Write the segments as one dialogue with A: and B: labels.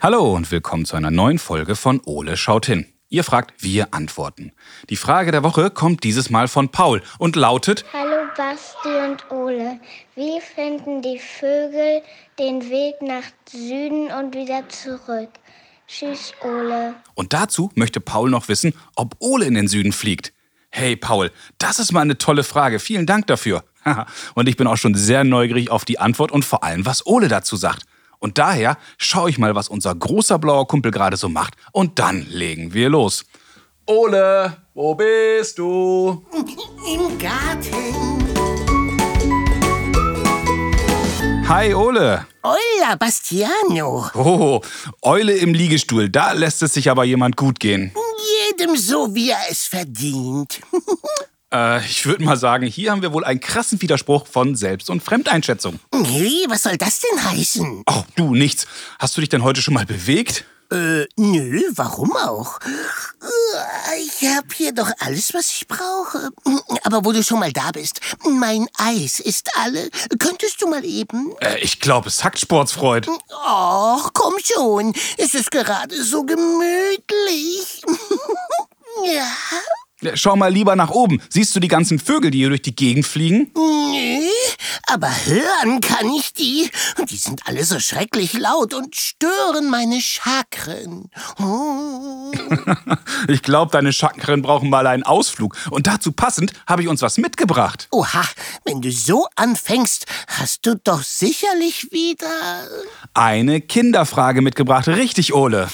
A: Hallo und willkommen zu einer neuen Folge von Ole schaut hin. Ihr fragt, wir antworten. Die Frage der Woche kommt dieses Mal von Paul und lautet:
B: Hallo Basti und Ole. Wie finden die Vögel den Weg nach Süden und wieder zurück? Tschüss, Ole.
A: Und dazu möchte Paul noch wissen, ob Ole in den Süden fliegt. Hey Paul, das ist mal eine tolle Frage. Vielen Dank dafür. Haha, und ich bin auch schon sehr neugierig auf die Antwort und vor allem, was Ole dazu sagt. Und daher schaue ich mal, was unser großer blauer Kumpel gerade so macht. Und dann legen wir los. Ole, wo bist du?
C: Im Garten.
A: Hi Ole.
C: Olla Bastiano.
A: Oh, Eule im Liegestuhl. Da lässt es sich aber jemand gut gehen.
C: Jedem so, wie er es verdient.
A: Äh, ich würde mal sagen, hier haben wir wohl einen krassen Widerspruch von Selbst- und Fremdeinschätzung.
C: Hey, was soll das denn heißen?
A: Oh, du, nichts. Hast du dich denn heute schon mal bewegt?
C: Äh, nö, warum auch? Äh, Ich hab hier doch alles, was ich brauche. Aber wo du schon mal da bist, mein Eis ist alle. Könntest du mal eben?
A: Äh, ich glaube, es hackt Sportsfreud.
C: Ach, komm schon. Es ist gerade so gemütlich. ja.
A: Äh, Schau mal lieber nach oben. Siehst du die ganzen Vögel, die hier durch die Gegend fliegen?
C: Nee, aber hören kann ich die. Und die sind alle so schrecklich laut und stören meine Chakren. Hm.
A: Ich glaube, deine Chakren brauchen mal einen Ausflug. Und dazu passend habe ich uns was mitgebracht.
C: Oha, wenn du so anfängst, hast du doch sicherlich wieder.
A: Eine Kinderfrage mitgebracht. Richtig, Ole.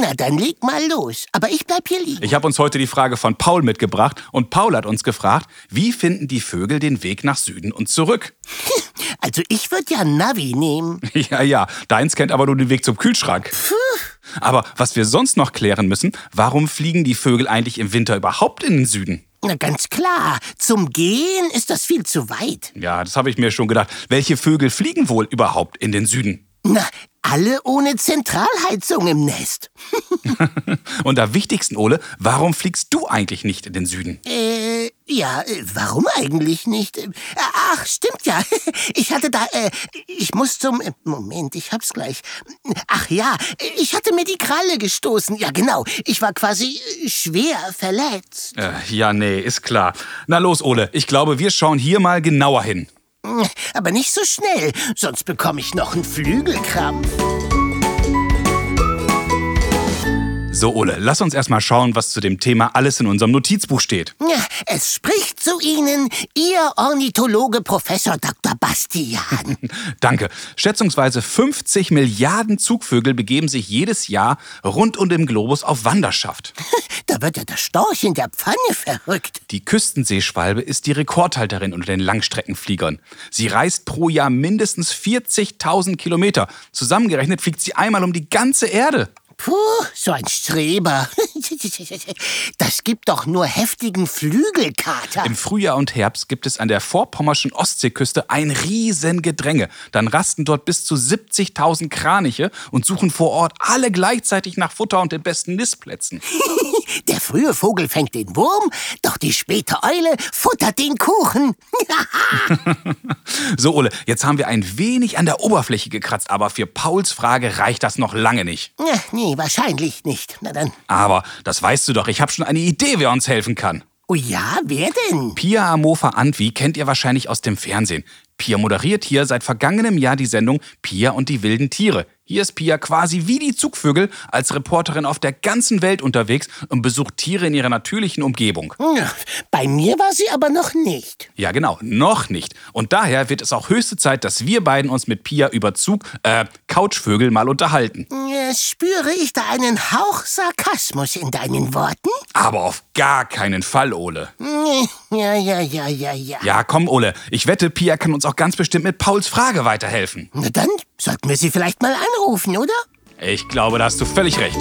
C: Na, dann leg mal los. Aber ich bleib hier liegen.
A: Ich habe uns heute die Frage von Paul mitgebracht. Und Paul hat uns gefragt, wie finden die Vögel den Weg nach Süden und zurück?
C: Also, ich würde ja Navi nehmen.
A: Ja, ja, deins kennt aber nur den Weg zum Kühlschrank. Aber was wir sonst noch klären müssen, warum fliegen die Vögel eigentlich im Winter überhaupt in den Süden?
C: Na, ganz klar. Zum Gehen ist das viel zu weit.
A: Ja, das habe ich mir schon gedacht. Welche Vögel fliegen wohl überhaupt in den Süden?
C: Na, alle ohne Zentralheizung im Nest.
A: Und am wichtigsten, Ole, warum fliegst du eigentlich nicht in den Süden?
C: Äh, ja, äh, warum eigentlich nicht? Äh, Ach, stimmt ja. Ich hatte da, äh, ich muss zum, äh, Moment, ich hab's gleich. Ach ja, ich hatte mir die Kralle gestoßen. Ja, genau. Ich war quasi äh, schwer verletzt.
A: Äh, ja, nee, ist klar. Na los, Ole, ich glaube, wir schauen hier mal genauer hin.
C: Aber nicht so schnell, sonst bekomme ich noch einen Flügelkrampf.
A: So, Ole, lass uns erstmal schauen, was zu dem Thema alles in unserem Notizbuch steht.
C: Ja, Es spricht zu Ihnen Ihr Ornithologe Professor Dr. Bastian.
A: Danke. Schätzungsweise 50 Milliarden Zugvögel begeben sich jedes Jahr rund um den Globus auf Wanderschaft.
C: Da wird ja der Storch in der Pfanne verrückt.
A: Die Küstenseeschwalbe ist die Rekordhalterin unter den Langstreckenfliegern. Sie reist pro Jahr mindestens 40.000 Kilometer. Zusammengerechnet fliegt sie einmal um die ganze Erde.
C: Puh, so ein Streber. Das gibt doch nur heftigen Flügelkater.
A: Im Frühjahr und Herbst gibt es an der vorpommerschen Ostseeküste ein riesen Gedränge. Dann rasten dort bis zu 70.000 Kraniche und suchen vor Ort alle gleichzeitig nach Futter und den besten Nistplätzen.
C: Der frühe Vogel fängt den Wurm, doch die späte Eule futtert den Kuchen.
A: So, Ole, jetzt haben wir ein wenig an der Oberfläche gekratzt, aber für Pauls Frage reicht das noch lange nicht.
C: Ja, nee, wahrscheinlich nicht. Na dann.
A: Aber das weißt du doch, ich habe schon eine Idee, wer uns helfen kann.
C: Oh ja, wer denn?
A: Pia Amofa Antwi kennt ihr wahrscheinlich aus dem Fernsehen. Pia moderiert hier seit vergangenem Jahr die Sendung Pia und die wilden Tiere. Hier ist Pia quasi wie die Zugvögel als Reporterin auf der ganzen Welt unterwegs und besucht Tiere in ihrer natürlichen Umgebung.
C: Ja, Bei mir war sie aber noch nicht.
A: Ja, genau, noch nicht. Und daher wird es auch höchste Zeit, dass wir beiden uns mit Pia über Zug, äh, Couchvögel mal unterhalten.
C: Ja, Spüre ich da einen Hauch Sarkasmus in deinen Worten?
A: Aber auf gar keinen Fall, Ole.
C: Nee, Ja, ja, ja, ja, ja.
A: Ja, komm, Ole. Ich wette, Pia kann uns auch ganz bestimmt mit Pauls Frage weiterhelfen.
C: Na dann sollten wir sie vielleicht mal anrufen, oder?
A: Ich glaube, da hast du völlig recht.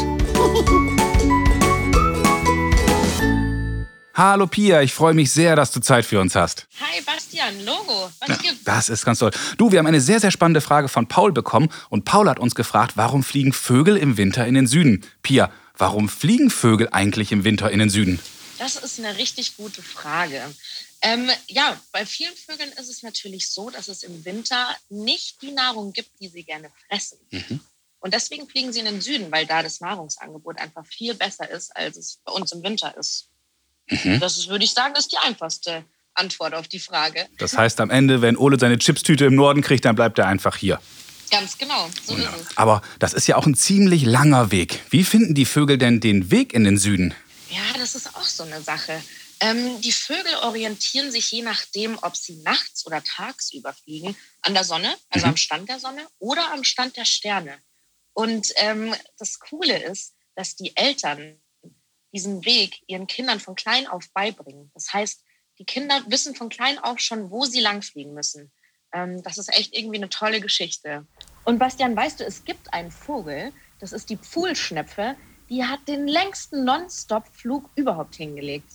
A: Hallo Pia, ich freue mich sehr, dass du Zeit für uns hast.
D: Hi Bastian, Logo. Was gibt's?
A: Das ist ganz toll. Du, wir haben eine sehr, sehr spannende Frage von Paul bekommen und Paul hat uns gefragt, warum fliegen Vögel im Winter in den Süden? Pia, warum fliegen Vögel eigentlich im Winter in den Süden?
D: Das ist eine richtig gute Frage. Ähm, ja, bei vielen Vögeln ist es natürlich so, dass es im Winter nicht die Nahrung gibt, die sie gerne fressen. Und deswegen fliegen sie in den Süden, weil da das Nahrungsangebot einfach viel besser ist, als es bei uns im Winter ist. Das ist, würde ich sagen, ist die einfachste Antwort auf die Frage.
A: Das heißt, am Ende, wenn Ole seine Chipstüte im Norden kriegt, dann bleibt er einfach hier.
D: Ganz genau, so ist es.
A: Aber das ist ja auch ein ziemlich langer Weg. Wie finden die Vögel denn den Weg in den Süden?
D: Ja, das ist auch so eine Sache. Ähm, die Vögel orientieren sich je nachdem, ob sie nachts oder tagsüber fliegen, an der Sonne, also am Stand der Sonne oder am Stand der Sterne. Und ähm, das Coole ist, dass die Eltern diesen Weg ihren Kindern von klein auf beibringen. Das heißt, die Kinder wissen von klein auf schon, wo sie lang fliegen müssen. Ähm, das ist echt irgendwie eine tolle Geschichte. Und Bastian, weißt du, es gibt einen Vogel, das ist die Pfuhlschnepfe, die hat den längsten Nonstop-Flug überhaupt hingelegt.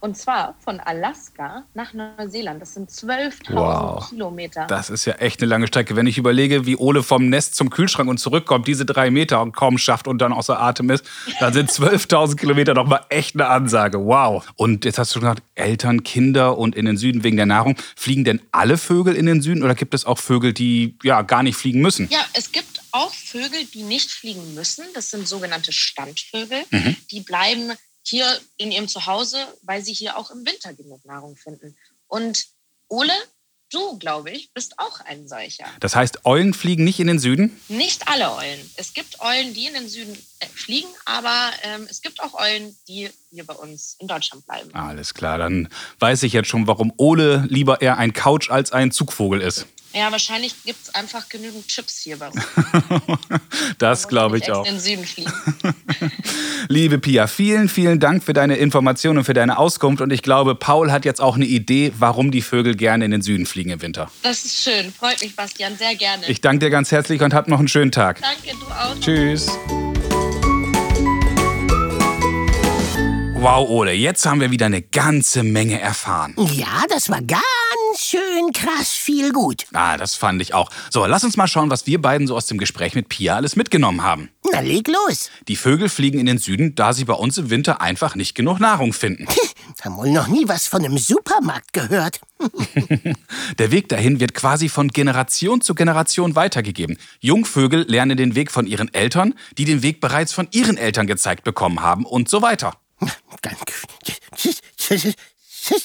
D: Und zwar von Alaska nach Neuseeland. Das sind 12.000
A: Wow.
D: Kilometer.
A: Das ist ja echt eine lange Strecke. Wenn ich überlege, wie Ole vom Nest zum Kühlschrank und zurückkommt, diese drei Meter und kaum schafft und dann außer Atem ist, dann sind 12.000 Kilometer doch mal echt eine Ansage. Wow. Und jetzt hast du gesagt, Eltern, Kinder und in den Süden wegen der Nahrung. Fliegen denn alle Vögel in den Süden oder gibt es auch Vögel, die ja gar nicht fliegen müssen?
D: Ja, es gibt auch Vögel, die nicht fliegen müssen. Das sind sogenannte Standvögel.
A: Mhm.
D: Die bleiben hier in ihrem Zuhause, weil sie hier auch im Winter genug Nahrung finden. Und Ole, du, glaube ich, bist auch ein solcher.
A: Das heißt, Eulen fliegen nicht in den Süden?
D: Nicht alle Eulen. Es gibt Eulen, die in den Süden äh, fliegen, aber ähm, es gibt auch Eulen, die hier bei uns in Deutschland bleiben.
A: Alles klar, dann weiß ich jetzt schon, warum Ole lieber eher ein Couch als ein Zugvogel ist.
D: Ja, wahrscheinlich gibt es einfach genügend Chips hier bei uns.
A: Das glaube
D: die
A: ich
D: extra
A: auch.
D: In den Süden fliegen.
A: Liebe Pia, vielen, vielen Dank für deine Informationen und für deine Auskunft. Und ich glaube, Paul hat jetzt auch eine Idee, warum die Vögel gerne in den Süden fliegen im Winter.
D: Das ist schön. Freut mich, Bastian, sehr gerne.
A: Ich danke dir ganz herzlich und hab noch einen schönen Tag.
D: Danke, du auch.
A: Tschüss. Wow, Ole, jetzt haben wir wieder eine ganze Menge erfahren.
C: Ja, das war ganz schön krass viel gut.
A: Ah, das fand ich auch. So, lass uns mal schauen, was wir beiden so aus dem Gespräch mit Pia alles mitgenommen haben.
C: Na, leg los.
A: Die Vögel fliegen in den Süden, da sie bei uns im Winter einfach nicht genug Nahrung finden.
C: Haben wohl noch nie was von einem Supermarkt gehört.
A: Der Weg dahin wird quasi von Generation zu Generation weitergegeben. Jungvögel lernen den Weg von ihren Eltern, die den Weg bereits von ihren Eltern gezeigt bekommen haben und so weiter.
C: Danke.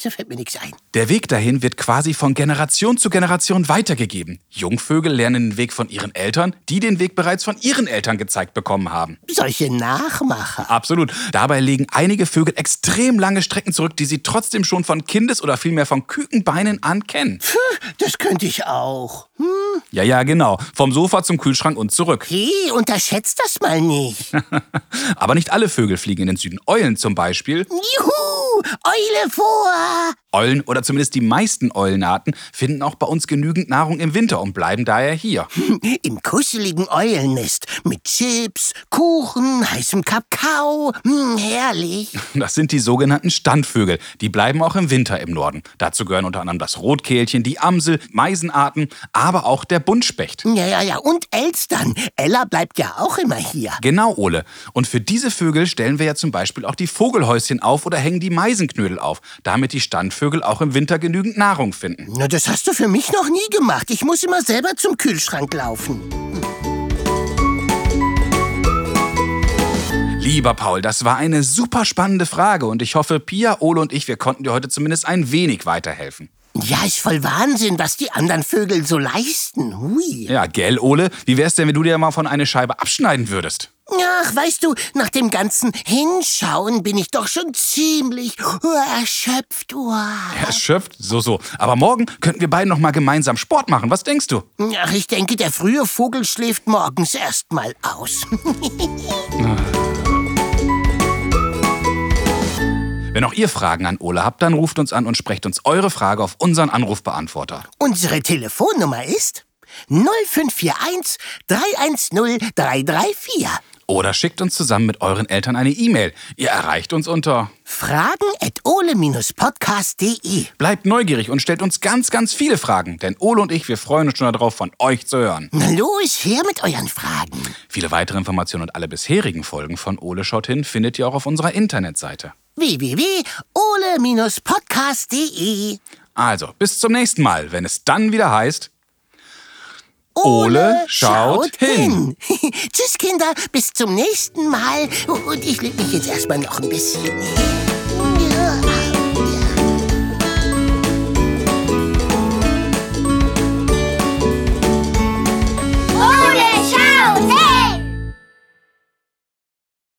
C: Da fällt mir nichts ein.
A: Der Weg dahin wird quasi von Generation zu Generation weitergegeben. Jungvögel lernen den Weg von ihren Eltern, die den Weg bereits von ihren Eltern gezeigt bekommen haben.
C: Solche Nachmacher.
A: Absolut. Dabei legen einige Vögel extrem lange Strecken zurück, die sie trotzdem schon von Kindes- oder vielmehr von Kükenbeinen an kennen.
C: Das könnte ich auch. Hm?
A: Ja, ja, genau. Vom Sofa zum Kühlschrank und zurück.
C: Hey, unterschätzt das mal nicht.
A: Aber nicht alle Vögel fliegen in den Süden. Eulen zum Beispiel
C: Juhu, Eule vor.
A: Eulen oder zumindest die meisten Eulenarten finden auch bei uns genügend Nahrung im Winter und bleiben daher hier.
C: Im kuscheligen Eulennest mit Chips, Kuchen, heißem Kakao. Hm, herrlich.
A: Das sind die sogenannten Standvögel. Die bleiben auch im Winter im Norden. Dazu gehören unter anderem das Rotkehlchen, die Amsel, Meisenarten, aber auch der Buntspecht.
C: Ja, ja, ja. Und Elstern. Ella bleibt ja auch immer hier.
A: Genau, Ole. Und für diese Vögel stellen wir ja zum Beispiel auch die Vogelhäuschen auf oder hängen die Meisenknödel auf, damit die Standvögel auch im Winter genügend Nahrung finden.
C: Na, das hast du für mich noch nie gemacht. Ich muss immer selber zum Kühlschrank laufen.
A: Lieber Paul, das war eine super spannende Frage und ich hoffe, Pia, Ole und ich, wir konnten dir heute zumindest ein wenig weiterhelfen.
C: Ja, ist voll Wahnsinn, was die anderen Vögel so leisten. Hui.
A: Ja, gell, Ole? Wie wär's denn, wenn du dir mal von einer Scheibe abschneiden würdest?
C: Ach, weißt du, nach dem ganzen Hinschauen bin ich doch schon ziemlich uh, erschöpft. Uah.
A: Erschöpft? So, so. Aber morgen könnten wir beide noch mal gemeinsam Sport machen. Was denkst du?
C: Ach, ich denke, der frühe Vogel schläft morgens erst mal aus.
A: Wenn auch ihr Fragen an Ole habt, dann ruft uns an und sprecht uns eure Frage auf unseren Anrufbeantworter.
C: Unsere Telefonnummer ist 0541 310 334.
A: Oder schickt uns zusammen mit euren Eltern eine E-Mail. Ihr erreicht uns unter
C: Fragen at ole-podcast.de.
A: Bleibt neugierig und stellt uns ganz, ganz viele Fragen. Denn Ole und ich, wir freuen uns schon darauf, von euch zu hören.
C: Na los, her mit euren Fragen.
A: Viele weitere Informationen und alle bisherigen Folgen von Ole schaut hin findet ihr auch auf unserer Internetseite.
C: www.ole-podcast.de.
A: Also, bis zum nächsten Mal, wenn es dann wieder heißt. Ole schaut hin.
C: hin. Tschüss, Kinder, bis zum nächsten Mal. Und ich leg mich jetzt erstmal noch ein bisschen hin.